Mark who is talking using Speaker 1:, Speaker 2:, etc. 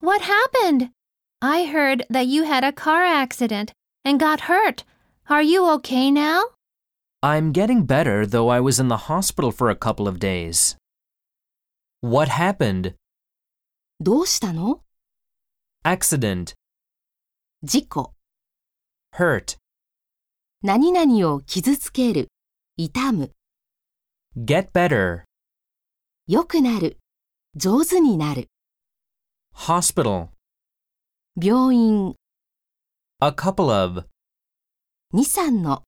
Speaker 1: What happened? I heard that you had a car accident and got hurt. Are you okay now?
Speaker 2: I'm getting better, though I was in the hospital for a couple of days. What happened?
Speaker 3: どうしたの
Speaker 2: Accident.
Speaker 3: 事故。
Speaker 2: Hurt.
Speaker 3: 何々を傷つける。痛む。
Speaker 2: Get better.
Speaker 3: 良くなる。上手になる。
Speaker 2: Hospital.
Speaker 3: 病院。
Speaker 2: A couple of.
Speaker 3: 2、3の。